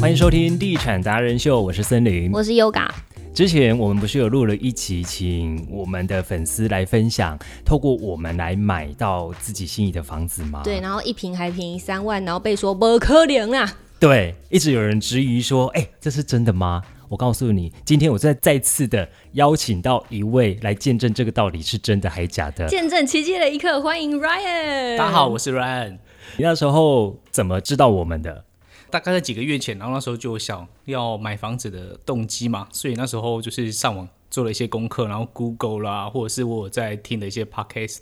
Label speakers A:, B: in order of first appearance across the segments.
A: 欢迎收听《地产达人秀》，我是森
B: 嗯
A: 林。
C: 我是
B: 啊
C: Yoga，
A: 之前我们不是有录了一期，请我们的粉丝来分享，透过我们来买到自己心仪的房子吗？
C: 对，然后一瓶还便宜三万，然后被说不可能 啊，
A: 对，一直有人质疑说，哎、这是真的吗？我告诉你，今天我再再次的邀请到一位来见证这个到底是真的还假的。
C: 见证奇迹的一刻，欢迎 Ryan。
B: 大家好，，我是 Ryan。
A: 你那时候怎么知道我们 的？
B: 大概在几个月前，然后那时候就想要买房子的动机嘛，所以那时候就是上网做了一些功课，然后 Google 啦，或者是我有在听的一些 podcast，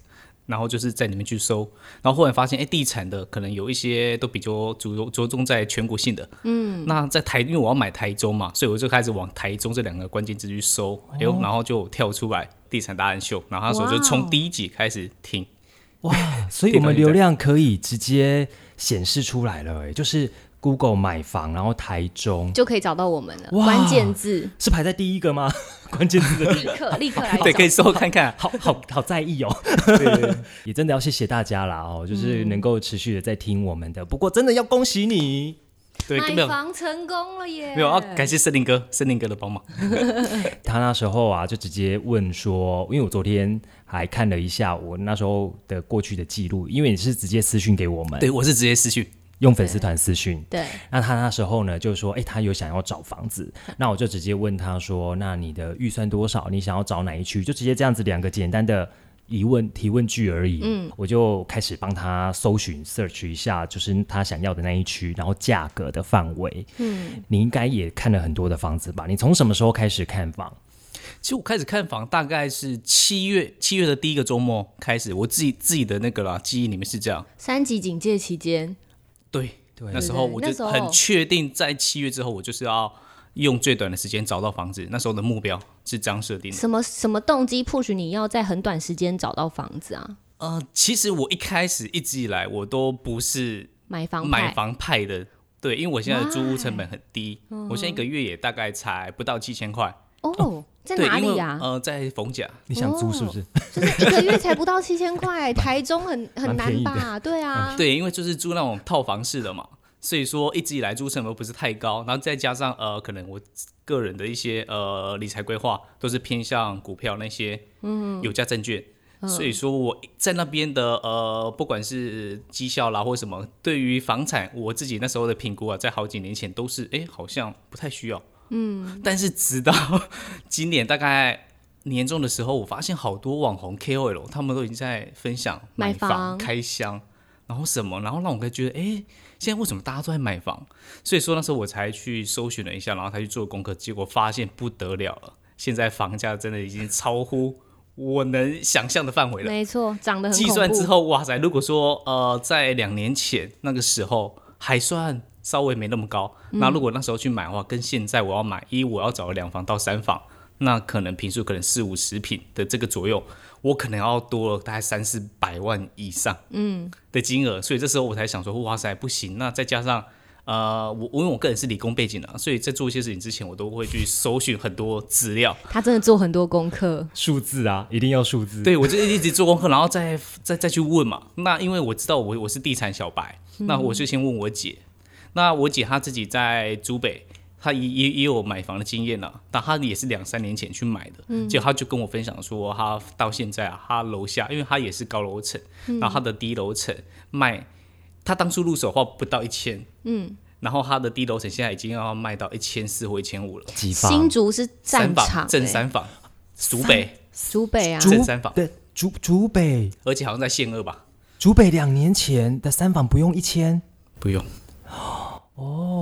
B: 然后就是在里面去搜，然后忽然发现，哎、地产的可能有一些都比较着着重在全国性的，嗯，那在台，因为我要买台中嘛，所以我就开始往台中这两个关键字去搜，哎呦，然后就跳出来地产达人秀，然后那时候就
C: 哦哇
B: 从
C: 哦
B: 第一集开始听，
A: 所以我们流量可以直接显示出来了、哎，就是 Google 买房，然后台中
C: 就可以找到我们了。
A: 哇
C: 关键字
A: 是排在第一个吗？ 关键字的
C: 立 刻立刻来
B: 对，可以
C: 找。
B: 搜看看，
A: 好好好在意哦， 也真的要谢谢大家啦哦，就是能够持续的在听我们的。不过真的要恭喜你，
B: 对，没
C: 买
B: 有
C: 房成功了耶！
B: 没有，要啊感谢森林哥，森林哥的帮忙。
A: 他那时候啊就直接问说，因为我昨天还看了一下我那时候的过去的记录，因为你是直接私讯给我们，
B: 对，我是直接失去。
A: 用粉丝团私讯。
C: 对，
A: 那他那时候呢，就说，哎、他有想要找房子，那我就直接问他说，那你的预算多少？你想要找哪一区？就直接这样子两个简单的疑问提问句而已。嗯，我就开始帮他搜寻 search 一下，就是他想要的那一区，然后价格的范围。嗯，你应该也看了很多的房子吧？你从什么时候开始看房？
B: 其实我开始看房大概是七月，七月的第一个周末开始，我自己自己的那个啦记忆里面是这样。
C: 三级警戒期间，
B: 对，
A: 对
B: 那时候
C: 对对
B: 我
C: 那
B: 就
C: 时候
B: 很确定，在七月之后，我就是要用最短的时间找到房子。那时候的目标是这样设定的。
C: 什么什么动机迫使你要在很短时间找到房子啊？
B: 呃，其实我一开始一直以来我都不是
C: 买房
B: 买
C: 派
B: 房派的，对，因为我现在的租屋成本很低，
C: Why？
B: 我现在一个月也大概才不到七千块。
C: 哦，在
B: 对，
C: 哪
B: 因
C: 里
B: 为
C: 啊？
B: 呃，在逢甲，
A: 你想租是不是？
C: 就是一个月才不到七千 块，台中很很
A: 蛮便
C: 难
A: 宜的
C: 吧？对啊，
B: 对，因为就是租那种套房式的嘛，所以说一直以来租成本不是太高，然后再加上呃，可能我个人的一些呃理财规划都是偏向股票那些，嗯，有价证券，所以说我在那边的呃，不管是绩效啦或什么，对于房产我自己那时候的评估啊，在好几年前都是哎、诶好像不太需要，嗯，但是直到今年大概。年终的时候，我发现好多网红 KOL 他们都已经在分享
C: 买
B: 买
C: 房
B: 开箱，然后什么，然后让我才觉得，哎、现在为什么大家都在买房？所以说那时候我才去搜寻了一下，然后才去做功课，结果发现不得了了，现在房价真的已经超乎我能想象的范围了。
C: 没错，涨得很
B: 计
C: 恐
B: 算
C: 怖
B: 之后，哇塞！如果说呃，在两年前那个时候还算稍微没那么高，
C: 嗯
B: 那如果那时候去买的话，跟现在我要买，一我要找两房到三房，那可能平数可能四五十平的这个左右，我可能要多了大概三四百万以上，嗯，的金额。所以这时候我才想说，哇塞，不行！那再加上。呃，我因为我个人是理工背景的、所以在做一些事情之前，我都会去搜寻很多资料，
C: 他真的做很多功课，
A: 数字啊，一定要数
C: 嗯
A: 字。，
B: 对，我就一直做功课，然后再再再去问嘛。那因为我知道我我是地产小白，
C: 嗯
B: 那我就先问我姐。那我姐她自己在珠北，她也也也有买房的经验了、啊但她也是两三年前去买的，
C: 嗯
B: 结果她就跟我分享说，她到现在啊，她楼下，因为她也是高楼层，
C: 嗯
B: 然后她的低楼层卖，她当初入手的话不到一千，嗯。然后她的低楼层现在已经要卖到一千四或一千五了，
A: 几
C: 新
A: 房？
C: 竹是战
B: 三
C: 场、
B: 房正
C: 欸，
B: 三房，竹北，
C: 竹北啊，
B: 正三房，
A: 对，竹竹北，
B: 而且好像在县二吧？
A: 竹北两年前的三房不用一千。
B: 不用，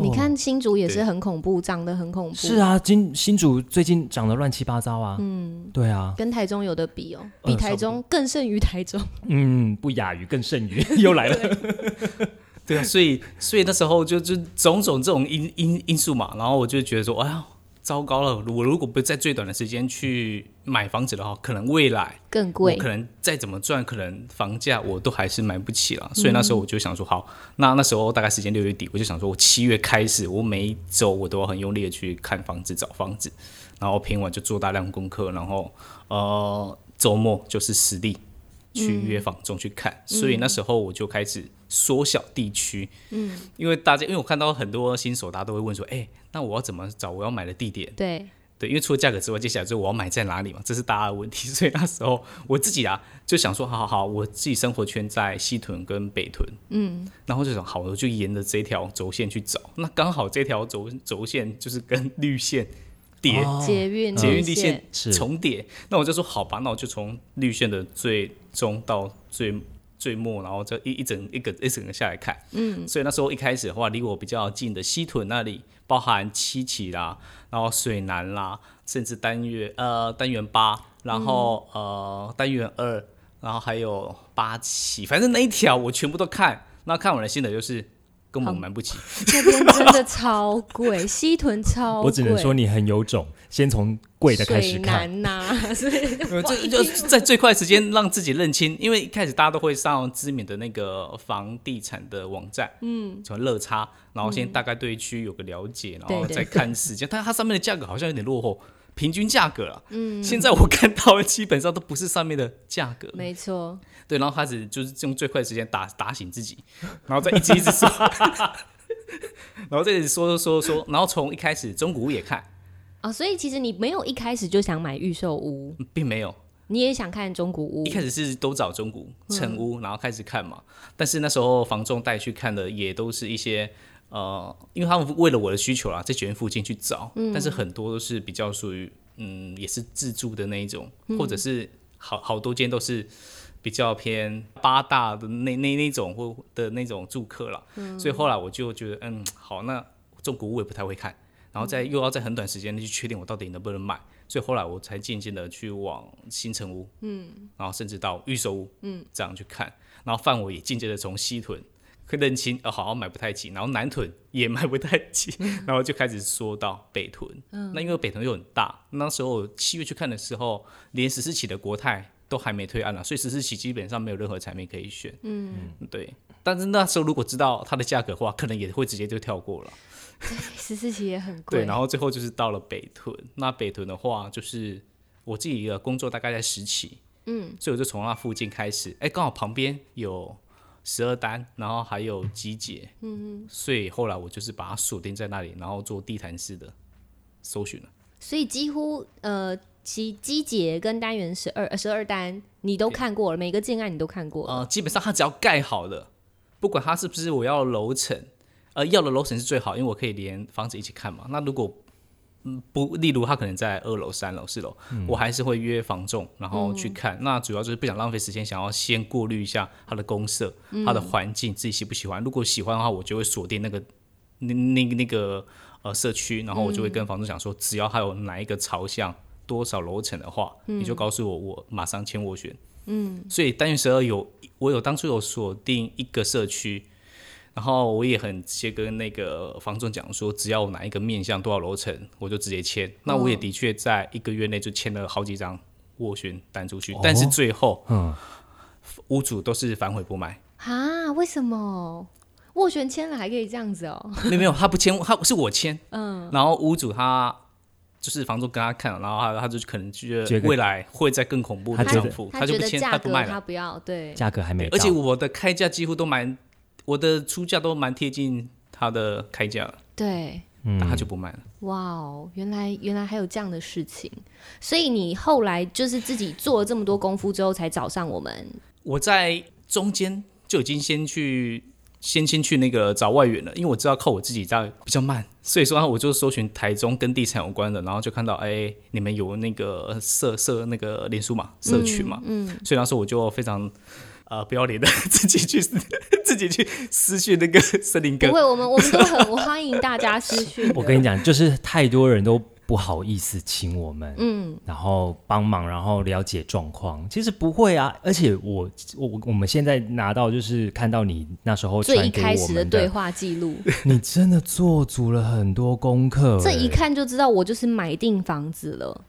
C: 你看新竹也是
B: 对
C: 很恐怖，长得很恐怖。
A: 是，啊，金新竹最近涨得乱七八糟啊。嗯，对啊，
C: 跟台中有的比哦，
A: 呃
C: 比台中更胜于台中。
A: 嗯，不亚于更胜于 又来了。
B: 对啊，所以所以那时候就就种种这种因因因素嘛，然后我就觉得说，哎呀，糟糕了，我如果不在最短的时间去买房子的话，可能未来
C: 更
B: 我
C: 贵
B: 可，能再怎么赚，可能房价我都还是买不起了。所以那时候我就想说，好，那那时候大概时间六月底，我就想说我七月开始，我每一周我都要很用力的去看房子、找房子，然后平晚就做大量功课，然后呃周末就是实地去约房中去看。所以那时候我就开始缩小地区。嗯，因为大家因为我看到很多新手，大家都会问说，哎、那我要怎么找我要买的地点？
C: 对，
B: 对，因为除了价格之外，接下来就是我要买在哪里嘛，这是大家的问题。 所以那时候我自己啊，就想说，好好好，我自己生活圈在西屯跟北屯，嗯，然后就想，好，我就沿着这条轴线去找。那刚好这条轴轴线就是跟绿线叠，
C: 捷运
B: 哦捷运
C: 路
B: 绿线
A: 是
B: 重叠。那我就说好吧，那我就从绿线的最中到最最末，然后这一一整一个一整个下来看。嗯，所以那时候一开始的话，离我比较近的西屯那里，包含七期啦，然后水南啦，甚至单元呃单元八，然后、呃单元二，然后还有八期，反正那一条我全部都看。那看完了心得就是根本买不起，
C: 这边真的超贵，西屯超贵，
A: 我只能说你很有种，先从贵的开始
C: 水
A: 看。
C: 南呐，所以
B: 没 有这就在最快时间让自己认清，因为一开始大家都会上知名的那个房地产的网站，嗯，什么乐差，然后先大概对区有个了解，然后
C: 对
B: 再看时间，但它上面的价格好像有点落后，平均价格啊，嗯，现在我看到的基本上都不是上面的价格，
C: 没错，
B: 对，然后开始就是用最快的时间打打醒自己，然后再一直一直说， 然后再一直说说说说，然后从一开始中古屋也看，
C: 哦，所以其实你没有一开始就想买预售屋，
B: 嗯并没有，
C: 你也想看中古屋
B: 一，开始是都找中古成屋，然后开始看嘛。但是那时候房仲带去看的也都是一些呃，因为他们为了我的需求啦，在学院附近去找，但是很多都是比较属于嗯，也是自住的那一种，或者是好好多间都是。比较偏八大的那那那种或的那种住客啦，所以后来我就觉得，嗯，好，那中古屋我也不太会看，然后再又要在很短时间内去确定我到底能不能买，所以后来我才渐渐的去往新城屋，然后甚至到预售屋，嗯，这样去看，然后范围也间接的从西屯可以认清，呃，好像买不太起，然后南屯也买不太 起，然后就开始说到北屯，嗯，那因为北屯又很大，那时候七月去看的时候，连十四期的国泰都还没推案了、啊所以十四期基本上没有任何产品可以选，嗯，对。但是那时候如果知道它的价格的话，可能也会直接就跳过了。
C: 十四期也很
B: 对，
C: 贵，
B: 然后最后就是到了北屯。那北屯的话，就是我自己的工作大概在十期，嗯，所以我就从那附近开始，哎，刚好旁边有十二单，然后还有集结，嗯，所以后来我就是把它锁定在那里，然后做地毯式的搜寻了。
C: 所以几乎呃，其机节跟单元十二呃十二单你都看过了，每个建案你都看过了，
B: 呃，基本上它只要盖好了，不管它是不是我要楼层，呃，要的楼层是最好，因为我可以连房子一起看嘛。那如果嗯不，例如他可能在二楼、三楼、四楼，我还是会约房仲，然后去看。那主要就是不想浪费时间，想要先过滤一下它的公社、它的环境，自己喜不喜欢。如果喜欢的话，我就会锁定那个那那那个呃社区，然后我就会跟房东讲说，只要它有哪一个朝向。多少楼层的话，你就告诉我，我马上签斡旋。所以单元十二有我有当初有锁定一个社区，然后我也很直接跟那个房总讲说，只要我哪一个面向多少楼层，我就直接签。那我也的确在一个月内就签了好几张斡旋单出去，
A: 哦
B: 但是最后
A: 嗯，
B: 屋主都是反悔不买，
C: 啊，为什么斡旋签了还可以这样子哦？
B: 没有没有，他不签，他是我签，嗯，然后屋主他。就是房东跟他看，然后他他就可能觉
A: 觉
B: 得
A: 得
B: 未来会再更恐怖、
A: 他
B: 更
A: 觉得
B: 涨幅，
C: 他
B: 就
C: 觉
B: 不
C: 得
B: 签，
C: 价
B: 他不
C: 格
B: 卖了。
C: 他不要，对，
A: 价格还没
B: 对
A: 到，
B: 而且我的开价几乎都蛮，我的出价都蛮贴近它的开价了，
C: 对，
A: 嗯
B: 但他就不卖了。
C: 哇哦，原来原来还有这样的事情，所以你后来就是自己做了这么多功夫之后，才找上我们。
B: 我在中间就已经先去先先去那个找外援了，因为我知道靠我自己在比较慢，所以说我就搜寻台中跟地产有关的，然后就看到哎、你们有那个社社那个脸书嘛，社群嘛，嗯，所以那时候我就非常。呃，不要脸的 自己去自己去私讯那个森林哥
C: 不，会，我们我们都很 我欢迎大家私讯的。
A: 我跟你讲，就是太多人都不好意思请我们，嗯，然后帮忙，然后了解状况。其实不会啊，而且我我我我们现在拿到就是看到你那时候
C: 最
A: 传
C: 一
A: 给
C: 开
A: 我
C: 始的
A: 们
C: 对话记录，
A: 你真的做足了很多功 课、
C: 这一
A: 哎
C: 看就知道我就是买定房子了。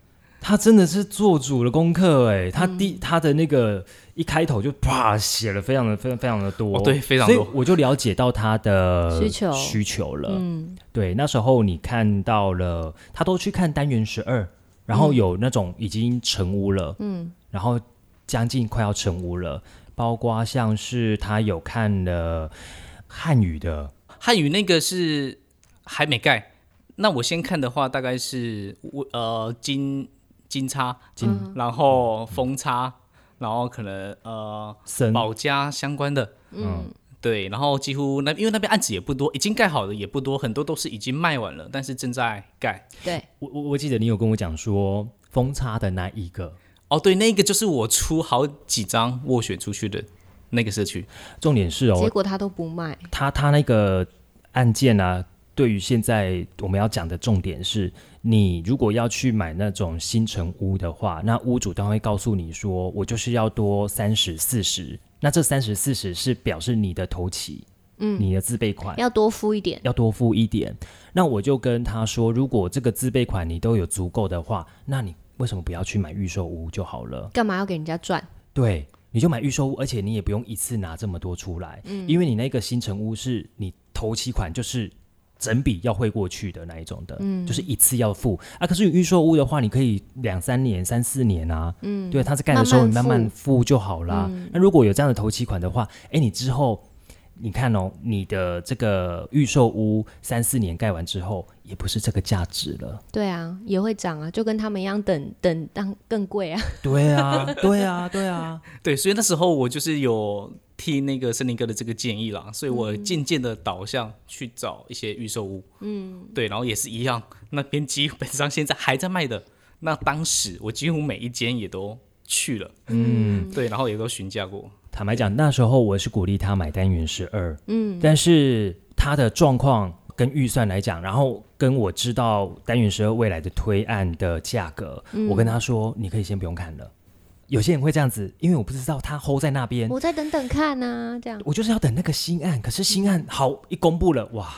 A: 他真的是做足了功课哎、他
B: 嗯
A: 第、他的那个一开头就啪写了非常的非常非常的多，
B: 哦对非常多
A: 所以我就了解到他的
C: 需求
A: 需求了。
C: 嗯，
A: 对，那时候你看到了，他都去看单元十二，然后有那种已经成屋了，嗯，然后将近快要成屋了，包括像是他有看了汉语的，
B: 汉语那个是还没盖，那我先看的话大概是呃金金叉，
A: 金
B: 然后风叉，然后可能呃
A: 森
B: 保家相关的，
C: 嗯，
B: 对，然后几乎那因为那边案子也不多，已经盖好的也不多，很多都是已经卖完了，但是正在盖。
C: 对，
A: 我我我记得你有跟我讲说风差的那一个，
B: 哦，对，那个就是我出好几张斡旋出去的那个社区，
A: 重点是
C: 结
A: 哦，
C: 果他都不卖，
B: 哎
A: 他他那个案件啊，对于现在我们要讲的重点是，你如果要去买那种新城屋的话，那屋主他会告诉你说，我就是要多三十四十，那这三十四十是表示你的头期，嗯，你的自备款。
C: 要多付一点，
A: 要多付一点。那我就跟他说，如果这个自备款你都有足够的话，那你为什么不要去买预售屋就好了？
C: 干嘛要给人家赚？
A: 对，你就买预售屋，而且你也不用一次拿这么多出来，因为你那个新城屋是你头期款就是。整笔要汇过去的那一种的，就是一次要付啊。可是你预售屋的话，你可以两三年、三四年啊，嗯，对，它是盖的时候你
C: 慢
A: 慢
C: 慢
A: 慢付就好啦。那如果有这样的头期款的话，哎，你之后你看哦，你的这个预售屋三四年盖完之后，也不是这个价值了。
C: 对啊，也会涨啊，就跟他们一样等，等当更贵啊。
A: 对啊，对啊，对啊。
B: 对，所以那时候我就是有听那个森林哥的这个建议啦，所以我渐渐的导向去找一些预售屋，嗯，对，然后也是一样，那边基本上现在还在卖的，那当时我几乎每一间也都去了，嗯，对，然后也都询价过，
A: 坦白讲，那时候我是鼓励他买单元十二，嗯，但是他的状况跟预算来讲，然后跟我知道单元十二未来的推案的价格，
C: 嗯
A: 我跟他说，你可以先不用看了。有些人会这样子，因为我不知道他 hold 在那
B: 哎
A: 边，
C: 我再等等看啊， 这样
A: 我就是要等那个新案，可是新案好一公布了，哇，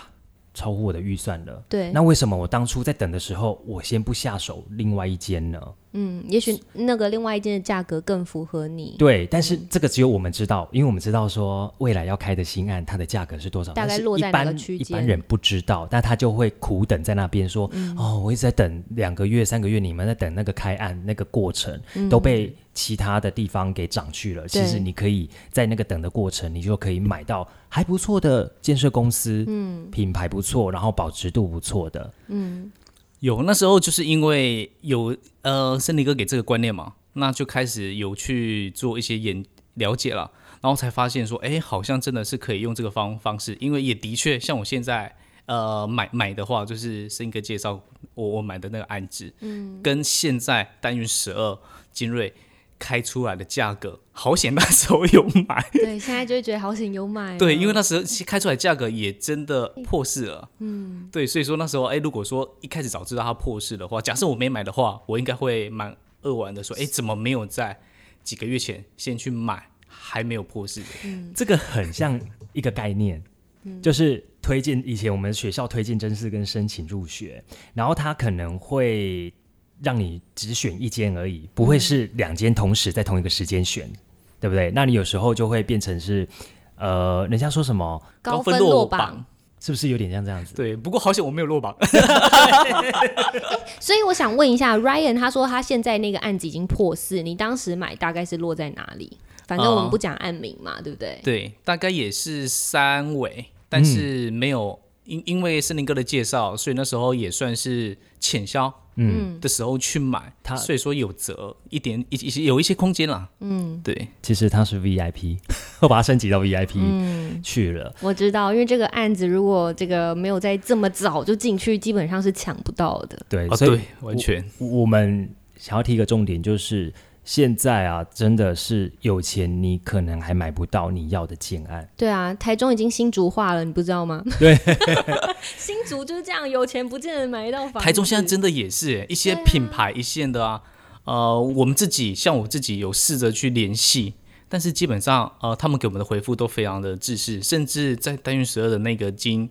A: 超乎我的预算了。
C: 对
A: 那，为什么我当初在等的时候，我先不下手另外一间呢？
C: 嗯，也许那个另外一件的价格更符合你，
A: 对，但是这个只有我们知道，因为我们知道说未来要开的新案，它的价格是多少，
C: 大概
A: 但是
C: 落在
A: 一
C: 哪个
A: 般
C: 区
A: 一般
C: 间嗯
A: 人不知道，但他就会苦等在那边说，哦，我一直在等两个月、三个月，你们在等那个开案那个过程、都被其他的地方给涨去了。其实
C: 嗯对
A: 你可以在那个等的过程，你就可以买到还不错的建设公司，嗯，品牌不错，然后保值度不错的，
B: 有那时候就是因为有呃森林哥给这个观念嘛，那就开始有去做一些研了解了，然后才发现说，哎、好像真的是可以用这个方方式，因为也的确像我现在呃买买的话，就是森林哥介绍我我买的那个安置，嗯，跟现在单元十二精锐开出来的价格，好险那时候有买，
C: 对，现在就会觉得好险有买哦，
B: 对，因为那时候其实开出来价格也真的破四了，嗯，对，所以说那时候，哎、如果说一开始早知道它破四的话，假设我没买的话，我应该会蛮扼腕的说，哎、怎么没有在几个月前先去买还没有破四的？
A: 这个很像一个概念，就是推荐以前我们学校推荐真试跟申请入学，然后他可能会让你只选一间而已，不会是两间同时在同一个时间选，对不对？那你有时候就会变成是，呃，人家说什么，
C: 高
B: 分
C: 分落
B: 榜
C: 榜，，
A: 是不是有点像这样子？
B: 对，不过好险我没有落榜，
C: 所以我想问一下，Ryan，他说他现在那个案子已经破四，你当时买大概是落在哪里？反正我们
B: 哦
C: 不讲案名嘛，对不对？
B: 对，大概也是三尾，但是没有。因因为森林哥的介绍，所以那时候也算是浅销，嗯的时候去买，
A: 它
B: 所以说有折一点一一些有一些空间啦，嗯，对，
A: 其实他是 VIP，我把它升级到 VIP、去了。
C: 我知道，因为这个案子如果这个没有在这么早就进去，基本上是抢不到的。
A: 哦对，
B: 啊，
A: 所以
B: 对，完全
A: 我们想要提一个重点，就是现在啊，真的是有钱你可能还买不到你要的建案。
C: 对啊，台中已经新竹化了，你不知道 吗？对， 新竹就是这样，有钱不见得买得到房子。
B: 台中现在真的也是欸一些
C: 对啊
B: 品牌一线的啊，呃，我们自己像我自己有试着去联系，但是基本上呃，他们给我们的回复都非常的自私，甚至在单元十二的那个金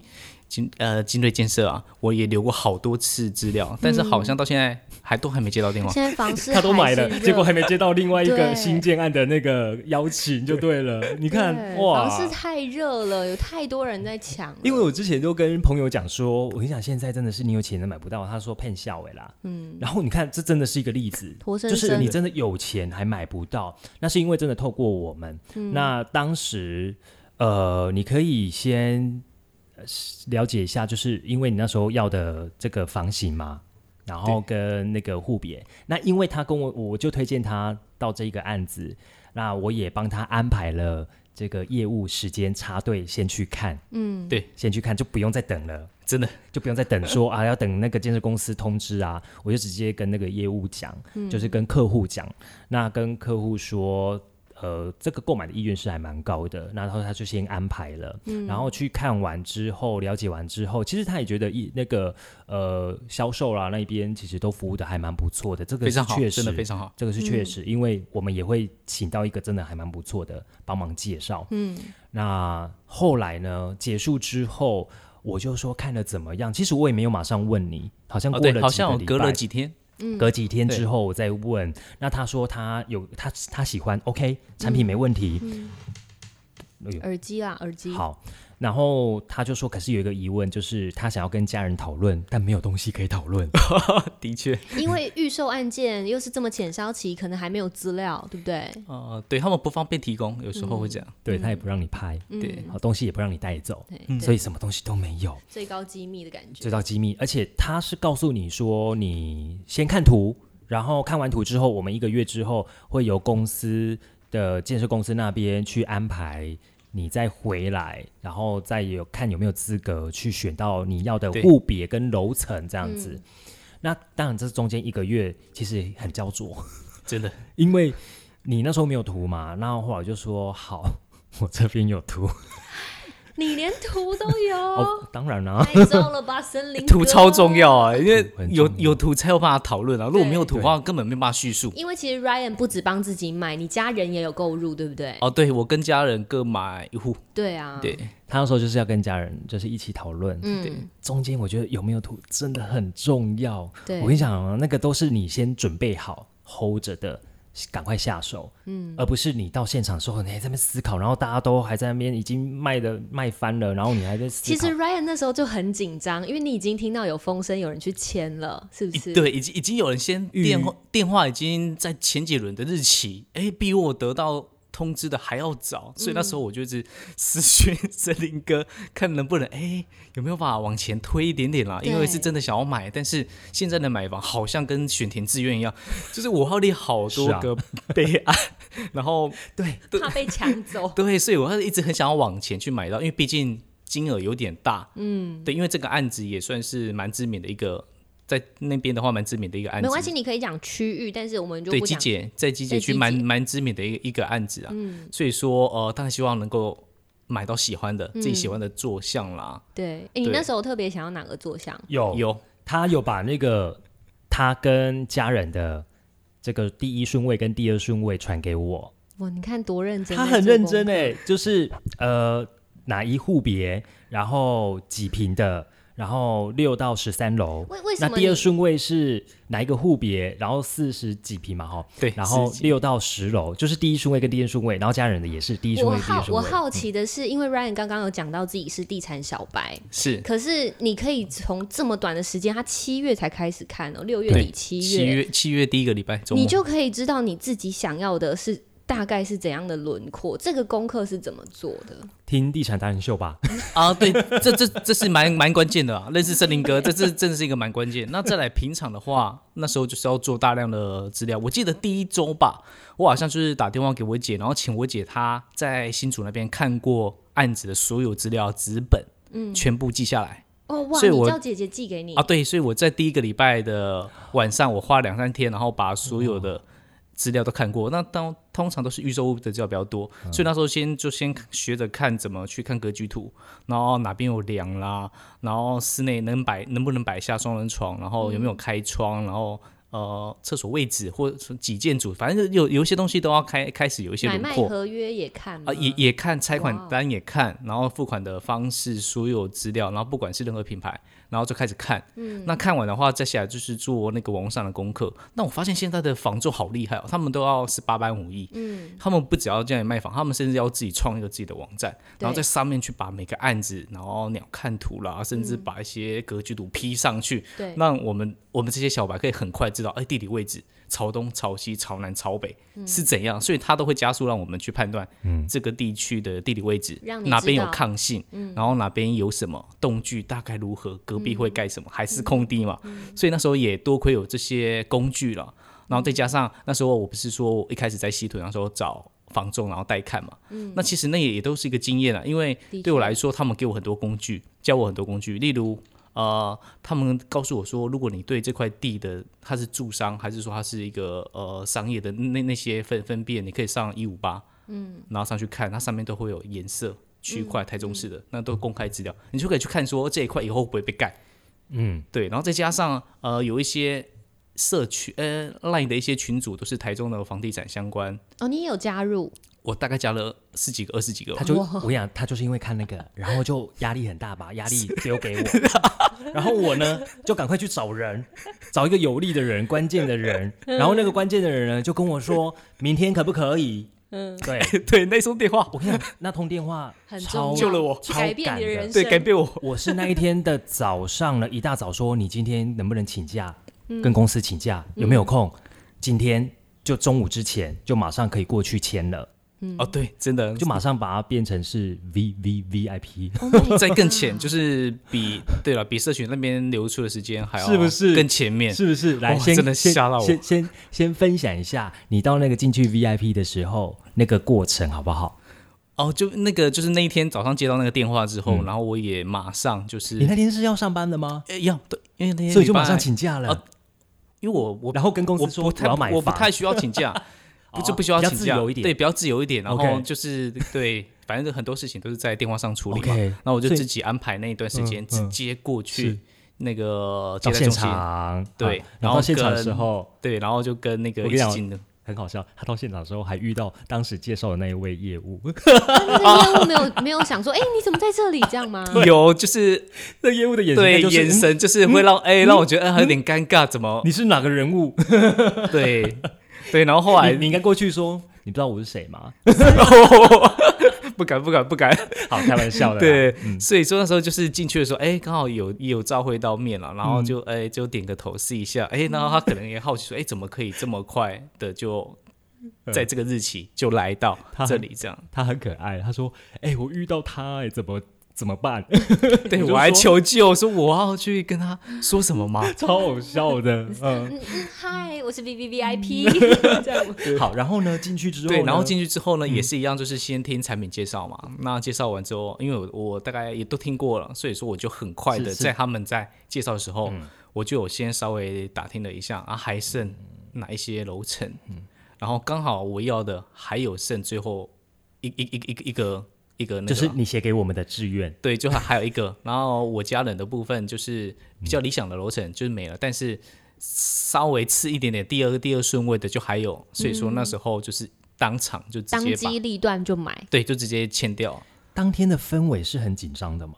B: 金呃金瑞建设啊，我也留过好多次资料，但是好像到现在还都还没接到电话。
C: 嗯现在房市
A: 他都买
C: 还是
A: 了，
C: 热
A: 结果还没接到另外一个
C: 对
A: 新建案的那个邀请，就对了。你看
C: 对
A: 哇，
C: 房市太热了，有太多人在抢了。
A: 因为我之前都跟朋友讲说，我跟你讲，现在真的是你有钱人买不到，他说骗笑伟啦。嗯，然后你看，这真的是一个例子，
C: 活生
A: 就
C: 生
A: 是你真的有钱还买不到，那是因为真的透过我们。
C: 嗯
A: 那当时，呃，你可以先呃了解一下，就是因为你那时候要的这个房型嘛，然后跟那个户别，那因为他跟我，我就推荐他到这一个案子，那我也帮他安排了这个业务时间插队先去看。
C: 嗯
A: 先去看，就不用再等了，
B: 真的
A: 就不用再等说 啊，要等那个建设公司通知啊，我就直接跟那个业务讲，就是跟客户讲，那跟客户说。呃，这个购买的意愿是还蛮高的，然后他就先安排了，然后去看完之后，了解完之后，其实他也觉得一那个呃销售啦那边其实都服务的还蛮不错的，这个
B: 非
A: 是
B: 常好，
A: 确实
B: 真的非常好。
A: 这个是确实，因为我们也会请到一个真的还蛮不错的帮忙介绍。嗯，那后来呢，结束之后，我就说看了怎么样。其实我也没有马上问你，好像
B: 哦，
A: 过
B: 对，
A: 了
B: 好
A: 几
B: 像
A: 个
B: 我
A: 礼
B: 隔了
A: 拜
B: 几天，
A: 隔几天之后我再问。那他说他有他他喜欢，OK，产品没问题。
C: 耳机啦，耳机。
A: 好，然后他就说，可是有一个疑问，就是他想要跟家人讨论，但没有东西可以讨论。
B: 的确，
C: 因为预售案件又是这么浅销期，可能还没有资料，对不对？
B: 呃，对他们不方便提供，有时候会这样。
A: 对他也不让你拍，
C: 嗯
B: 对，
A: 好东西也不让你带走，
B: 嗯
C: 对，
A: 所以什么东西都没有。
C: 最高机密的感觉
A: 追。到机密，而且他是告诉你说，你先看图，然后看完图之后，我们一个月之后会由公司的建设公司那边去安排，你再回来，然后再有看有没有资格去选到你要的
B: 对
A: 户别跟楼层这样子。那当然，这中间一个月其实很焦灼，
B: 真的
A: 因为你那时候没有图嘛，然后后来我就说好， 我这边有图。
C: 你连图都有，
A: 哦，当然啦、
C: 太糟了吧，森林
B: 图
C: 哥
B: 超重。要 啊，因为
A: 图很
B: 有
A: 重要
B: 有图才有办法讨论啊，如果没有图的
A: 对
B: 话，根本没办法叙述。
C: 因为其实 Ryan 不止帮自己买，你家人也有购入，对不对？
B: 哦，对我跟家人各买一户，
C: 对啊，
B: 对，
A: 他那时候就是要跟家人就是一起讨论，
C: 嗯，
A: 中间我觉得有没有图真的很重要。
C: 对
A: 我跟你讲啊，那个都是你先准备好 hold 着的，赶快下手，嗯，而不是你到现场的时候你还在那边思考，然后大家都还在那边已经卖的卖翻了，然后你还在思考。
C: 其实 Ryan 那时候就很紧张，因为你已经听到有风声，有人去签了，是不
B: 已
C: 是？
B: 对，已经已经有人先电话电话已经在前几轮的日期，哎，比我得到通知的还要早，所以那时候我就一直私讯森林哥，看能不能哎有没有办法往前推一点点啦，因为
C: 对
B: 是真的想要买，但是现在的买房好像跟选填志愿一样，就是我要列好
A: 是
B: 多
A: 啊
B: 个备案， 然后。
A: 对，
C: 怕被抢走
B: 对，所以我一直很想要往前去买到，因为毕竟金额有点大，嗯，对，因为这个案子也算是蛮知名的一个。在那边的话，蛮知名的一个案子，
C: 没关系，你可以讲区域，但是我们就
B: 对，
C: 不
B: 机
C: 讲。
B: 姐在机
C: 在
B: 姐区
C: 机
B: 蛮
C: 姐嗯
B: 蛮知名的一个一个案子啊，所以说呃，当然希望能够买到喜欢的、自己
C: 嗯
B: 喜欢的坐向啦，
C: 对，诶你
B: 对
C: 那时候特别想要哪个坐向？
A: 有
B: 有
A: 他有把那个他跟家人的这个第一顺位跟第二顺位传给我，
C: 哇，你看多认真，
A: 他很认真。哎，就是呃哪一户别，然后几平的，然后六到十三楼。
C: 为为什
A: 那
C: 么
A: 第二
C: 你
A: 顺位是哪一个户别？然后四十几平嘛，哈，
B: 对
A: 然后
B: 40
A: 六到十楼就是第一顺位跟第二顺位，然后家人的也是第一顺
C: 我
A: 位、第二
C: 好
A: 顺
C: 我
A: 位。
C: 好奇的是，因为 Ryan 刚刚有讲到自己是地产小白，
B: 是
C: 可是你可以从这么短的时间，他七月才开始看哦，六月
A: 对
C: 底七
B: 七
C: 月，
B: 月七月第一个礼拜周末
C: 你就可以知道你自己想要的是大概是怎样的轮廓，这个功课是怎么做的？
A: 听地产达人秀吧，
B: 啊，对，这这这是蛮蛮关键的啊，认识森林哥，这这真的是一个蛮关键。那再来平常的话，那时候就是要做大量的资料。我记得第一周吧，我好像就是打电话给我姐，然后请我姐她在新竹那边看过案子的所有资料纸本，嗯，全部记下来。
C: 哦哇，
B: 所以
C: 你
B: 我
C: 叫姐姐寄给你
B: 啊，，对，所以我在第一个礼拜的晚上，我花两三天，然后把所有
C: 嗯
B: 的资料都看过。那当通常都是预售物的资料比较多，
C: 嗯
B: 所以那时候先就先学着看怎么去看格局图，然后哪边有梁
C: 嗯
B: 啦，然后室内能摆能不能摆下双人床，然后有没有开窗，然后。呃厕所位置或者说几建组，反正有有一些东西都要开开始有一些
C: 买
B: 轮
C: 卖
B: 廓。
C: 合约也看吗
B: 啊，也也看拆
C: 哇哦
B: 款单也看，然后付款的方式、所有资料，然后不管是任何品牌，然后就开始看。嗯，那看完的话，再下来就是做那个网络上的功课。那我发现现在的房仲好厉害哦，他们都要十八般武艺。嗯，他们不只要这样卖房，他们甚至要自己创一个自己的网站，然后
C: 对
B: 在上面去把每个案子，然后鸟看图啦，甚
C: 嗯
B: 至把一些格局图 P 上去，
C: 对，
B: 让我们我们这些小白可以很快知道，哎，地理位置朝东、朝西、朝南、朝北、
C: 嗯
B: 是怎样，所以它都会加速让我们去判断，这个地区的地理位置，
C: 让你
B: 哪边
C: 知
B: 有
C: 道嗯
B: 抗性，然后哪边有什么动距大概如何，隔壁会盖什
C: 嗯
B: 么，还是空地嘛，所以那时候也多亏有这些工具了，
C: 嗯
B: 然后再加上那时候我不是说我一开始在西屯那时候找。房仲，然后带看嘛，
C: 嗯
B: 那其实那也也都是一个经验啊，因为
C: 的
B: 对我
C: 确
B: 来说，他们给我很多工具，教我很多工具，例如呃，他们告诉我说，如果你对这块地的它是住商，还是说它是一个呃商业的那那些分分辨，你可以上一五八，嗯，然后上去看，它上面都会有颜色区块，台中市的、那都公开资料，你就可以去看说这一块以后会不会被盖，嗯，对，然后再加上呃有一些社区呃 line 的一些群组都是台中的房地产相关，
C: 哦，你也有加入，
B: 我大概加了十几个二十几个吧
A: 他，就我跟你讲，他就是因为看那 个，然后就压力很大吧，压力丢给我，然后我呢就赶快去找人，找一个有力的人，关键的 人，
C: 嗯
A: 然后那个关键的人呢就跟我说，明天可不可以？嗯，对，
B: 对，那通电话
A: 我跟你讲，那通电话
C: 很重
A: 超
C: 要，
B: 救了我
A: 超
C: 改变你
A: 感
C: 的
A: 的
C: 人
B: 对
C: 生，
B: 改变我，
A: 我是那一天的早上呢，一大早说你今天能不能请假，
C: 嗯
A: 跟公司请假，有没有空？今天就中午之前就马上可以过去签了，
B: 哦，对，真的
A: 嗯就马上把它变成是 V V V I P。
C: Oh my god
B: 在更
A: 嗯
B: 前，就是比对了，比社群那边流出的时间还要
A: 是不是
B: 更前面？
A: 是不是？来，
B: 哇
A: 先
B: 真的
A: 先
B: 吓到我
A: 先先先分享一下你到那个进去 VIP 的时候那个过程好不好？
B: 哦，就那个就是那一天早上接到那个电话之后，然后我也马上就是
A: 嗯你那天是要上班的吗？
B: 哎要对，因为那天
A: 所以就
B: 礼拜
A: 马上，请假了
B: 啊，因为我我
A: 然后跟公司
B: 我
A: 说
B: 不太
A: 要买
B: 我不
A: 房，
B: 太需要 请假，不就
A: 哦
B: 不需要
A: 比较
B: 请
A: 自
B: 假，
A: 由一点
B: 对，比较自由一点，然后
A: OK
B: 就是对，反正很多事情都是在电话上处理嘛，
A: OK，
B: 那我就
A: 所以
B: 自己安排那一段时间
A: 嗯
B: 直
A: 嗯
B: 接过
A: 是
B: 去那个接
A: 到
B: 待
A: 现
B: 中心，
A: 场
B: 对
A: 啊
B: 然
A: 然后
B: 后
A: 到现场的
B: 跟
A: 时候
B: 对，然后就跟那个
A: 我
B: 一
A: 跟你
B: 起
A: 讲
B: 进的
A: 很好笑，他到现场的时候还遇到当时介绍的那一位业务，
C: 那个业务没有没有想说，哎，你怎么在这里这样吗？
B: 有就是
A: 那业务的眼神
B: 对，
A: 应该就是嗯
B: 眼，神就是会让哎、让我觉得哎有点尴尬，怎么
A: 嗯你是哪个人物？
B: 对对，然后后来
A: 你你应该过去说，你不知道我是谁吗？
B: 不敢不敢不敢，
A: 好，开玩笑的啦，
B: 对，
A: 嗯
B: 所以说那时候就是进去的时候，哎，刚好有有照会到面了，然后
A: 嗯
B: 就哎就点个头试一下，哎，然后他可能也好奇说，哎，怎么可以这么快的就在这个日期就来到
A: 嗯他
B: 这里 这样？
A: 他很可爱，他说：“哎、我遇到他、哎，怎么怎么办？”
B: 对
A: 我就
B: 我还
A: 说
B: 求救，说我要去跟他说什么吗？
A: 超好笑 的，嗯，
C: 嗯嗯，嗨，我是 V V V I P，这样吗
A: 好，然后呢，进去之后呢，嗯
B: 对，然后进去之后呢，也是一样，就是先听产品介绍嘛。那介绍完之后，因为我我大概也都听过了，所以说我就很快的
A: 是是嗯
B: 在他们在介绍的时候，我就有先稍微打听了一下啊，还剩哪一些楼层，
A: 嗯
B: 然后刚好我要的还有剩最后一一一一个一个一个那
A: 就
B: 个啊。
A: 是你写给我们的志愿，
B: 对，就还还有一个，然后我家人的部分就是比较理想的楼层就是没了，但是稍微次一点点，第二第二顺位的就还有，所以说那时候就是当场就 直
C: 嗯当
B: 接把
C: 机立断就买，
B: 对，就直接签掉。
A: 当天的氛围是很紧张的吗？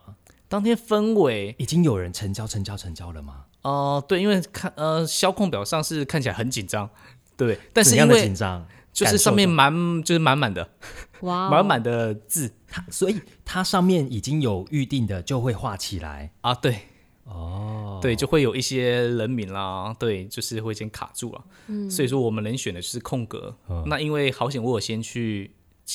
B: 当天氛围，
A: 已经有人成交、成交、成交了吗？
B: 呃，对，因为看呃销控表上是看起来很紧张，对，但是
A: 怎样
B: 因
A: 的紧
B: 为
A: 张？
B: 就是
A: 感受
B: 上面
A: 到
B: 满就是满满的
C: 哇哦，
B: 满满的字
A: 它，所以它上面已经有预定的，就会画起来。
B: 啊，对，
A: 哦，
B: 对，就会有一些人名啦，对，就是会先卡住了。
A: 嗯
B: 所以说我们能选的就是空格。那因为好险，我有先去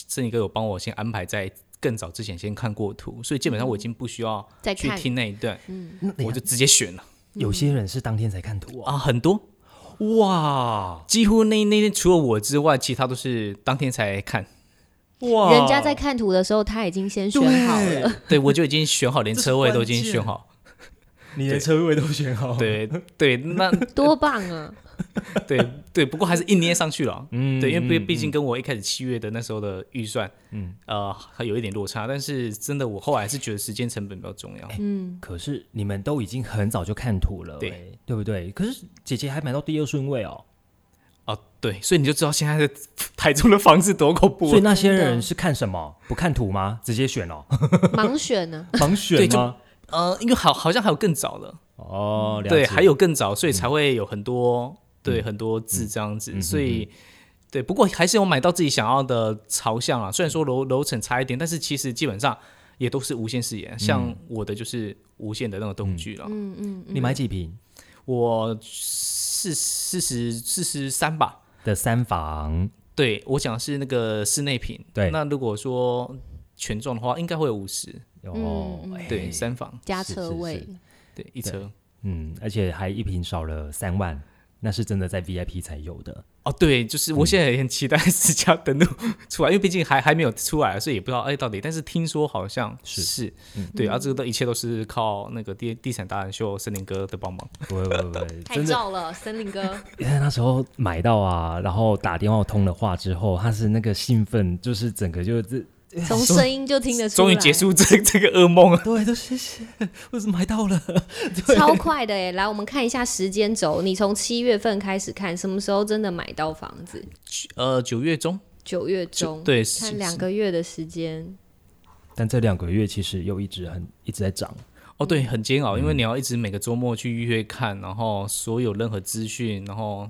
B: 郑一哥有帮我先安排在更早之前先看过图，所以基本上我已经不需要
C: 再
B: 去
C: 看
B: 听那一段，
A: 那等一
B: 我
A: 下
B: 就直接选了
A: 有些人是当天才看图哦。
B: 啊，很多。
A: 哇
B: 几乎那那天除了我之外，其他都是当天才 看。
A: 哇
C: 人家在看图的时候，他已经先选好了，哦
B: 对，我就已经选好，连
A: 这是
B: 车位都
A: 关
B: 已经选
A: 键
B: 好。
A: 你连车位都选好，，
B: 对对，那
C: 多棒啊！
B: 对对，不过还是硬捏上去了。
A: 嗯
B: 对，因为毕
A: 嗯
B: 毕竟跟我一开始七月的那时候的预算，嗯，呃，还有一点落差，但是真的我后来是觉得时间成本比较重
A: 哎
B: 要。
C: 嗯
A: 可是你们都已经很早就看图了、
B: 对
A: 欸对不对？可是姐姐还买到第二顺位哦，
B: 哦，对，所以你就知道现在的 台中的房子多恐怖
A: 所以
B: 了。
A: 那些
C: 真的
A: 人是看什么？不看图吗？直接选 哦，
C: 盲选啊呢、
A: 盲选
B: 对就
A: 吗？
B: 呃，因为好好像还有更早的，
A: 哦，了
B: 对，
A: 解嗯
B: 还有更早，所以才会有很多对很多字这样子，所以。对，不过还是有买到自己想要的朝向啊。虽然说楼楼层差一点，但是其实基本上也都是无限视野。
A: 嗯
B: 像我的就是无限的那个灯具了。
C: 嗯
A: 你买几瓶
B: 我四四十四十三吧。
A: 的三房？
B: 对，我讲的是那个室内品。
A: 对
B: 那如果说全幢的话，应该会有五十。
A: 哦，哎
B: 嗯对，三房，
C: 加
A: 是
C: 车
A: 是
C: 位，
A: 是
B: 对，一车。
A: 嗯，而且还一瓶少了三万，那是真的在 VIP 才有的。
B: 哦，对，就是我现在也很期待私家登录出来，因为毕竟还还没有出来，所以也不知道哎到底。但是听说好像
A: 是
B: 是，对，啊，这个都一切都是靠那个地地产达人秀森林哥的帮忙。
A: 不会 不会不会，
C: 太
A: 真的，
C: 照了，森林哥。
A: 因为那时候买到啊，然后打电话通了话之后，他是那个兴奋，就是整个就是
C: 从声音就听得出来，
B: 终于结，束这 这个噩梦了。
A: 对，都谢谢，我是买到了。
C: 超快的哎！来，我们看一下时间轴，你从七月份开始看，什么时候真的买到房子？
B: 呃，九月中，
C: 九月中，
B: 对，
C: 看
B: 是
C: 两个月的时间，
A: 但这两个月其实又一直很一直在涨，
B: 哦，对，很煎熬，因
C: 嗯
B: 为你要一直每个周末去预约看，然后所有任何资讯，然后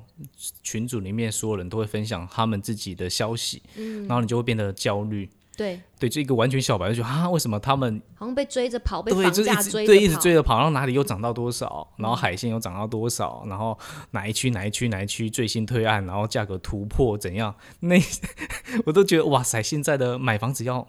B: 群组里面所有人都会分享他们自己的消息，
C: 嗯
B: 然后你就会变得焦虑。
C: 对，
B: 对，这一个完全小白就觉得啊，为什么他们
C: 好像被追着跑，被
B: 对，
C: 房
B: 就是
C: 价
B: 一直
C: 追着跑，嗯
B: 对一直追着跑，然后哪里又涨到多少，然后海鲜又涨到多少，然后哪一区哪一区哪一区最新推案，然后价格突破怎样？那 我都觉得哇塞，现在的买房子要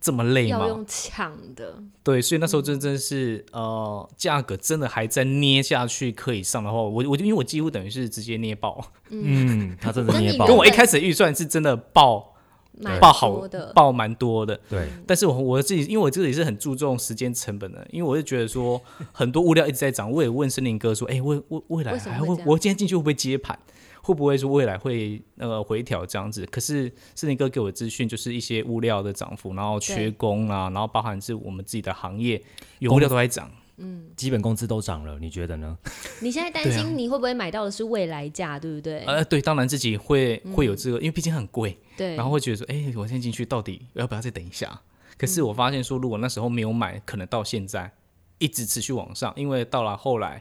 B: 这么累
C: 要
B: 吗？
C: 用抢的，
B: 对，所以那时候
C: 嗯
B: 真真是呃，价格真的还在捏下去可以上的话，我我因为我几乎等于是直接捏爆，
A: 嗯，他真的
C: 那你
A: 捏爆
C: 如
B: 跟
A: 了，
C: 果
B: 我一开始的预算是真的爆
C: 蛮
B: 爆好啊
C: 多的，
B: 爆蛮多的。
A: 对，
B: 但是我我自己，因为我自己是很注重时间成本的，因为我就觉得 说很多物料一直在涨，我也问森林哥说，哎、未未未来
C: 为什么
B: 还
C: 会
B: 会
C: 这，样
B: 我今天进去会不会接盘？会不会说未来会呃回调这样子？可是森林哥给我的资讯就是一些物料的涨幅，然后缺
C: 对
B: 工啊，然后包含是我们自己的行业，有物料都在涨。
A: 基本工资都涨了，你觉得呢？
C: 你现在担
B: 对啊
C: 心你会不会买到的是未来价，对不对？
B: 呃，对，当然自己会会有这个，因为毕竟很贵，
C: 对，
B: 然后会觉得说，哎、我现在进去到底要不要再等一下？可是我发现说，如果那时候没有买，可能到现在一直持续往上，因为到了后来，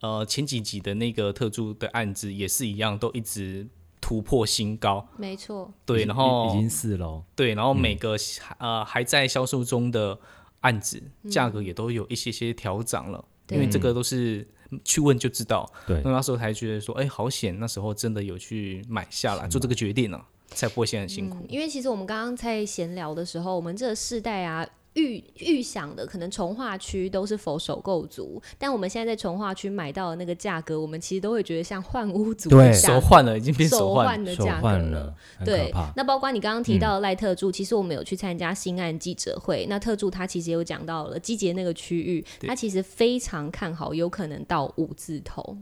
B: 呃，前几集的那个特助的案子也是一样，都一直突破新高。
C: 没错，
A: 已
B: 对，
A: 经
B: 然
A: 已已
B: 后
A: 经四楼，
B: 对，然后
A: 嗯
B: 每个、呃还在销售中的案子，价格也都有一些些调涨了，因为
C: 对
B: 这个都是去问就知道。
A: 对
B: 那，那时候才觉得说，哎、好险，那时候真的有去买下来，做这个决定呢、才不会现在很辛苦。
C: 因为其实我们刚刚在闲聊的时候，我们这个世代啊。预预想的可能从化区都是否首购族，但我们现在在从化区买到的那个价格，我们其实都会觉得像换屋族
A: 对
C: 的
A: 手
C: 价
B: 手
C: 格
B: 换了，已经变
C: 手
B: 嗯手换
C: 换的
A: 手
C: 价格
A: 换了，很可
C: 对
A: 怕，。嗯
C: 那包括你刚刚提到的赖特助，其实我们有去参加新案记者会，那特助他其实也有讲到了基捷那个区域，他其实非常看好，有可能到五字头。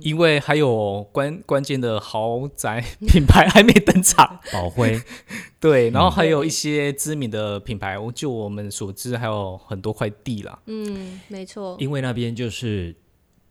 B: 因为还有关关键的豪宅 品牌还没登 场，
A: 宝 辉，
B: 对，
A: 嗯
B: 然后还有一些知名的品牌，我就我们所知还有很多块地啦，
C: 嗯，没错，
A: 因为那边就是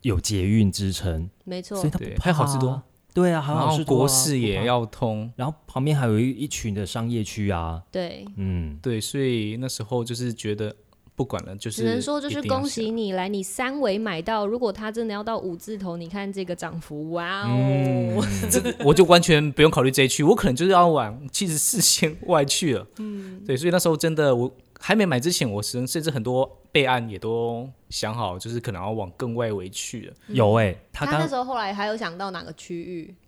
A: 有捷运支撑，
C: 没错
A: 所以，他
B: 对，还有好事多，
A: 啊对啊，还
B: 然
A: 有好
B: 后
A: 事多啊
B: 国事也，
A: 不怕
B: 要通，
A: 然后旁边还有一一群的商业区啊，
C: 对，
A: 嗯，
B: 对，所以那时候就是觉得不管了，就是
C: 只能说就是
B: 一定要
C: 恭
B: 下
C: 喜你来，你三维买到，如果它真的要到五字头，你看这个涨幅，哇哦！
B: 嗯 我就完全不用考虑这一区，我可能就是要往七十四线外去了。嗯，对，所以那时候真的我还没买之前，我甚甚至很多备案也都想好，就是可能要往更外围去了，
A: 有哎，他
C: 嗯他那
A: 刚
C: 时候后来还有想到哪个区域？哦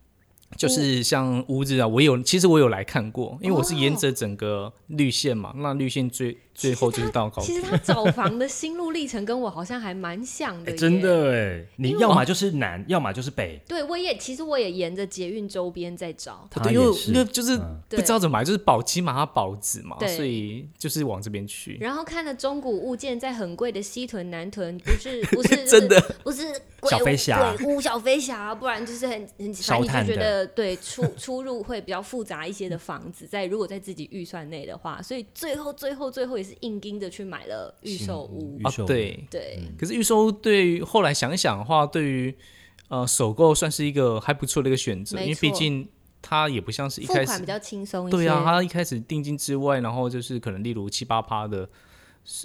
B: 就是像乌日啊，我有其实我有来看过，因为我是沿着整个绿线嘛，那绿线最最后就是到高
C: 其实。
B: 铁
C: 他 找房的心路历程跟我好像还蛮像的、
A: 哎，真。的哎，你要么就是南，要么就是北，
C: 对，我也其实我也沿着捷运周边在找，
A: 他
B: 对，因
A: 也
B: 为
A: 是
B: 因为就是
A: 嗯
B: 不知道怎么买，就是保鸡嘛，它保子嘛，
C: 对
B: 所以就是往这边去。
C: 然后看了中古物件在很贵的西屯、南屯，不 是不是
B: 真的
C: 就是不是鬼
A: 小
C: 屋
A: 飞侠
C: 鬼屋小飞侠，不然就是很很
A: 烧
C: 反正
A: 炭
C: 你就觉
A: 的
C: 得对出 出入会比较复杂一些的房子，在如果在自己预算内的话，所以最后最后最后也是硬盯着去买了预售屋
A: 预。
B: 啊
A: 售，
B: 对。
C: 对，
B: 可是预售对于后来想一想的话，对于呃首购算是一个还不错的一个选择，
C: 没
B: 因为毕
C: 错
B: 竟它也不像是一
C: 付
B: 开
C: 款
B: 始
C: 比较轻松一些。
B: 对啊，他一开始定金之外，然后就是可能例如七八趴的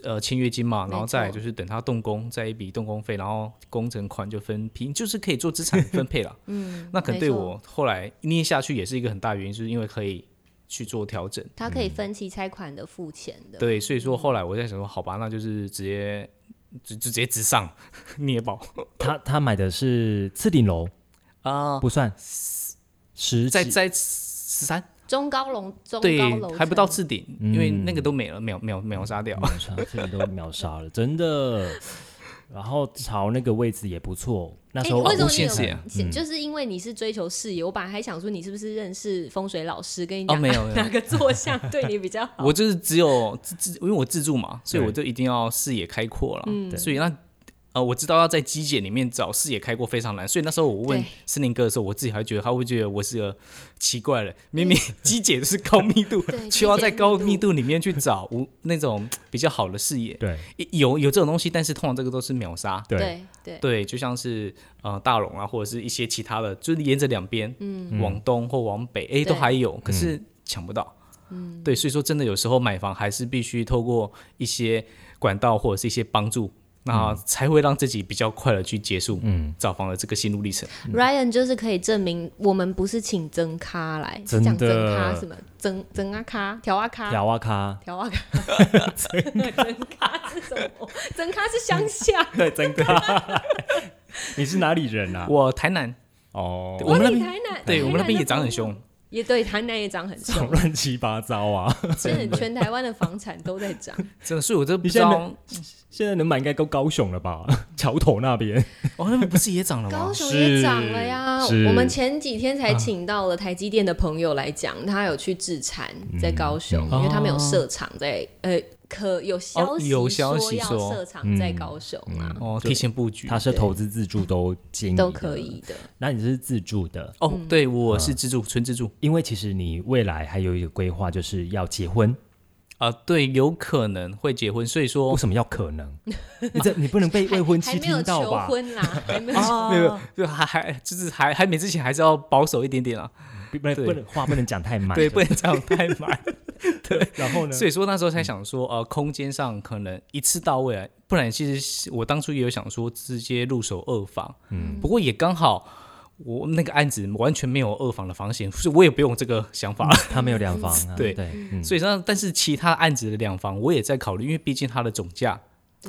B: 呃签约金嘛，
C: 没
B: 然后再来
C: 错
B: 就是等他动工，再一笔动工费，然后工程款就分批，就是可以做资产分 配了。嗯，那可能
C: 没
B: 对
C: 错
B: 我后来捏下去也是一个很大原因，就是因为可以去做调整。
C: 它可以分期拆款的付钱的。
B: 嗯对，所以说后来我在想说，好吧，那就是直接直直接直上 捏爆
A: 他他买的是次顶楼，
B: 啊，
A: 不算十
B: 再
A: 几
B: 再十三，
C: 中高楼中
B: 对
C: 高楼，
B: 还不到。次顶，因为那个都没了，秒秒秒杀掉。
A: 秒杀，自己都秒杀了，真的。然后朝那个位置也不错，那
C: 哎、
A: 时候
C: 为什么
B: 无限视
C: 你
B: 野
C: 有？就是因为你是追求视野，我本来还想说你是不是认识风水老师，跟你
B: 哦，
C: 讲、
B: 没有没有
C: 哪，个坐向对你比较好。
B: 我就是只有自自，因为我自助嘛，所以
A: 对
B: 我就一定要视野开阔
C: 嗯
B: 了。
A: 对
B: 所以那呃，我知道要在机检里面找视野开阔非常难，所以那时候我问
C: 对
B: 森林哥的时候，我自己还觉得他会觉得我是个 奇怪人，明明机检就是高密度
C: 嗯 对，
B: 却要
C: 机检
B: 在
C: 密
B: 高
C: 度
B: 密度里面去找无那种比较好的视野。
A: 对
B: 有有这种东西，但是通常这个都是秒杀。
A: 对，
C: 对
B: 对，就像是呃大龙啊，或者是一些其他的，就是沿着两边，嗯，往东或往北，哎，都
C: 对
B: 还有，可是抢不到。嗯，对，所以说真的有时候买房还是必须透过一些管道或者是一些帮助，那才会让自己比较快的去结束嗯找房的这个心路历程。
C: r y a n 就是可以证明我们不是请曾咖来，是
A: 真的
C: 讲曾咖什么曾曾阿咖、调阿咖、
A: 调啊 咖，
C: 调阿咖、 曾咖是什么？曾咖是乡下，
A: 对真咖。 你是哪里人啊？
B: 我台南，
A: 哦，
B: 我们那
C: 理
B: 边
C: 台南，
B: 对我们那边也
C: 长
B: 涨很凶，，
C: 也对，台南也长很
A: 这种
C: 凶，
A: 乱七八糟啊！
C: 真的全台湾的房产都在涨。
B: 真的，所以我都不
A: 你
B: 知
A: 现在
B: 道，
A: 现在能买应该够高雄了吧？ 桥头那边
B: 哦，那边不是也涨了吗
C: 高？雄也涨了呀！
A: 是
C: 我们前几天才请到了台积电的朋友来讲，他有去制产在高雄，
B: 嗯
C: 因为他们有设厂在呃，可有消息
B: 哦有消
C: 说
B: 息
C: 要
B: 说
C: 设厂
A: 嗯
C: 在高雄啊，
B: 哦，提前布局
A: 他。是投资自住都建议
C: 都可。以的。
A: 那你是自住的，
B: 哦，
C: 嗯
B: 对，我是自助，纯自助
A: 因为其实你未来还有一个规划，就是要结婚。
B: 啊，对，有可能会结婚，所以说
A: 为什么要可能？你这你不能
B: 嗯
A: 被未婚
C: 还
A: 妻
C: 没有
A: 听到啊
C: 求
A: 吧？
C: 婚 啦，还没有求
B: 啊，没有，就还还就是还还没之前还是要保守一点点啊，
A: 不不能
B: 对
A: 不能话不能讲太满，
B: 对，不能这样太满。
A: 然后呢？
B: 所以说那时候才想说，呃，空间上可能一次到位啊，不然其实我当初也有想说直接入手二房，嗯，不过也刚好我那个案子完全没有二房的房型，所以我也不用这个想法了。
A: 他没有两房啊，
B: 对
A: 对，嗯
B: 所以说，但是其他案子的两房我也在考虑，因为毕竟它的总价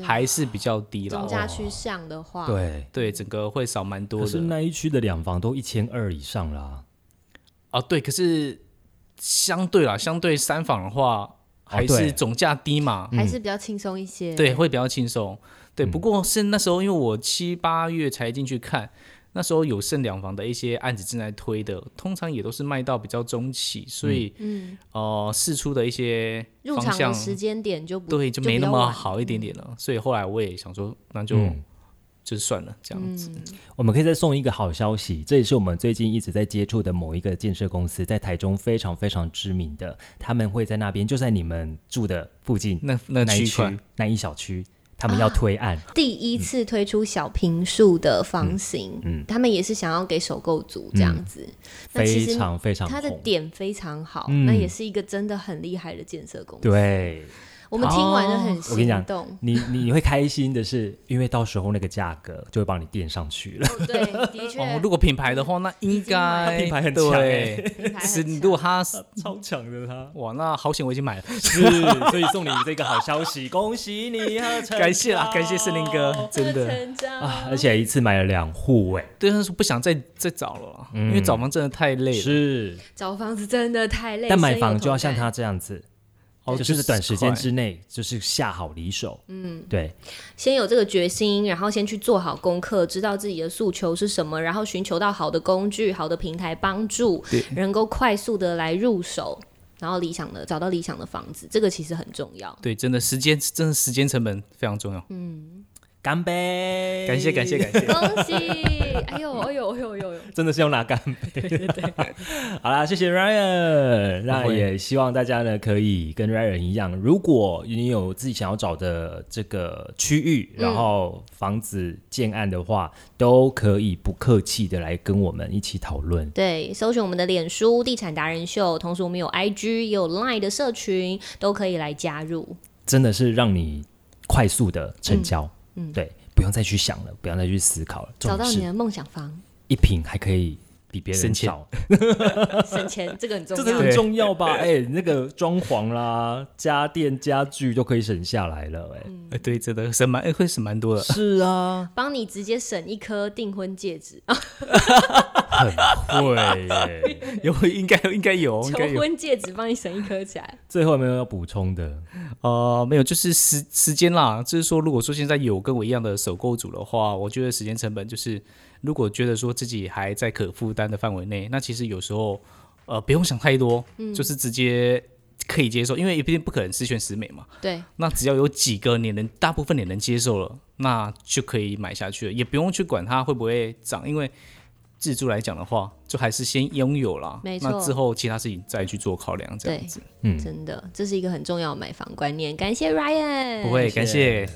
B: 还是比较低啦哦
C: 总，价趋向的话，
A: 对。
B: 对，整个会少蛮多
A: 可
B: 的。
A: 是那一区的两房都一千二以上啦，
B: 哦，对，可是相对啦，相对三房的话，还
A: 哦对
B: 是总价低嘛，
C: 还是比较轻松一些。
B: 嗯对，会比较轻松。对，
A: 嗯
B: 不过是那时候，因为我七八月才进去看，那时候有剩两房的一些案子正在推的，通常也都是卖到比较中期，所以、
C: 嗯，
B: 呃，试出的一些
C: 入
B: 方
C: 场
B: 向
C: 的时间点就不
B: 对就没
C: 比
B: 那
C: 较
B: 么
C: 晚嗯
B: 好一点点了，所以后来我也想说，那就、
A: 嗯
B: 就算了这样
C: 嗯
B: 子。
A: 我们可以再送一个好消息，这也是我们最近一直在接触的某一个建设公司，在台中非常非常知名的，他们会在那边，就在你们住的附近
B: 那那
A: 那一
B: 区块
A: 区那一小区，他
C: 啊
A: 们要推案，
C: 第一次推出小平数的房型，
A: 嗯嗯嗯
C: 他们也是想要给首购族这样子。那其
A: 非
C: 实
A: 常非常
C: 它的
A: 红，
C: 点非常好，
A: 嗯
C: 那也是一个真的很厉害的建设公司。
A: 对。
C: 我们听完了很
A: 我跟你
C: 心
A: 讲
C: 动。
A: 你你你会开心的是，因为到时候那个价格就会帮你垫上去 了。
C: 哦对，的确，
B: 哦，如果品牌的话，那应该
A: 品牌很强欸
B: 对，
C: 品牌
B: 是
C: 很
B: 如
C: 强
B: 果它是
A: 超强的他，
B: 哇，那好险我已经买了，
A: 是，所以送你这个好消息，恭喜你啊！
B: 感谢啦，感谢森林哥，真
C: 贺
B: 的。
C: 成章
A: 啊！而且一次买了两户，哎，
B: 对，他说不想再再找了啦，因为找房真的太累了。
A: 是，
C: 找房子真的太累，
A: 但买
C: 深有
A: 房就要
C: 同
A: 像
C: 感
A: 他这样子，
B: 哦
A: 就是短时间之
B: 内
A: 内就是下好离手。嗯，对，
C: 先有这个决心，然后先去做好功课，知道自己的诉求是什么，然后寻求到好的工具、好的平台帮助
B: 对，
C: 能够快速的来入手，然后理想的找到理想的房子，这个其实很重要。
B: 对，真的时间真的时间成本非常重要。
A: 干杯！
B: 感谢感谢感谢，
C: 恭喜！哎呦哎呦哎呦哎呦！哎呦
A: 真的是用拿干杯。 好啦，谢谢 Ryan，那
B: 不会
A: 也希望大家呢可以跟 Ryan 一样，如果你有自己想要找的这个区域，然
C: 嗯
A: 后房子建案的话，都可以不客气的来跟我们一起讨论。
C: 对，搜寻我们的脸书“地产达人秀”，同时我们有 IG 也有 Line 的社群，都可以来加入。
A: 真的是让你快速的
C: 嗯
A: 成交，对，不用再去想了，不用再去思考了，
C: 找
A: 重
C: 到
A: 点
C: 你
A: 是
C: 的梦想房，
A: 一瓶还可以比别人
B: 省钱
A: 少，
C: 省钱，这个很重
A: 这
C: 要。
A: 真的很重要 吧？哎、那个装潢啦、家电、家具都可以省下来了、哎、
B: 呃 对，真的省蛮哎会省蛮多的。
A: 是啊，
C: 帮你直接省一颗订婚戒指，
A: 会、哎
B: 有应该应该有应
C: 求
B: 该有
C: 婚戒指帮你省一颗起来。
A: 最后有没有要补充的？
B: 呃没有，就是时时间啦，就是说如果说现在有跟我一样的首购组的话，我觉得时间成本就是如果觉得说自己还在可负担的范围内，那其实有时候呃不用想太多，就是直接可以接受，因为毕竟不可能十全十美嘛。
C: 对，
B: 那只要有几个你能，大部分你能接受了，那就可以买下去了，也不用去管它会不会涨，因为自住来讲的话，就还是先拥有啦，
C: 没错
B: 那之后其他事情再去做考量，这样子。
A: 嗯，
C: 真的，这是一个很重要的买房观念。感谢 Ryan，
B: 不会，感谢。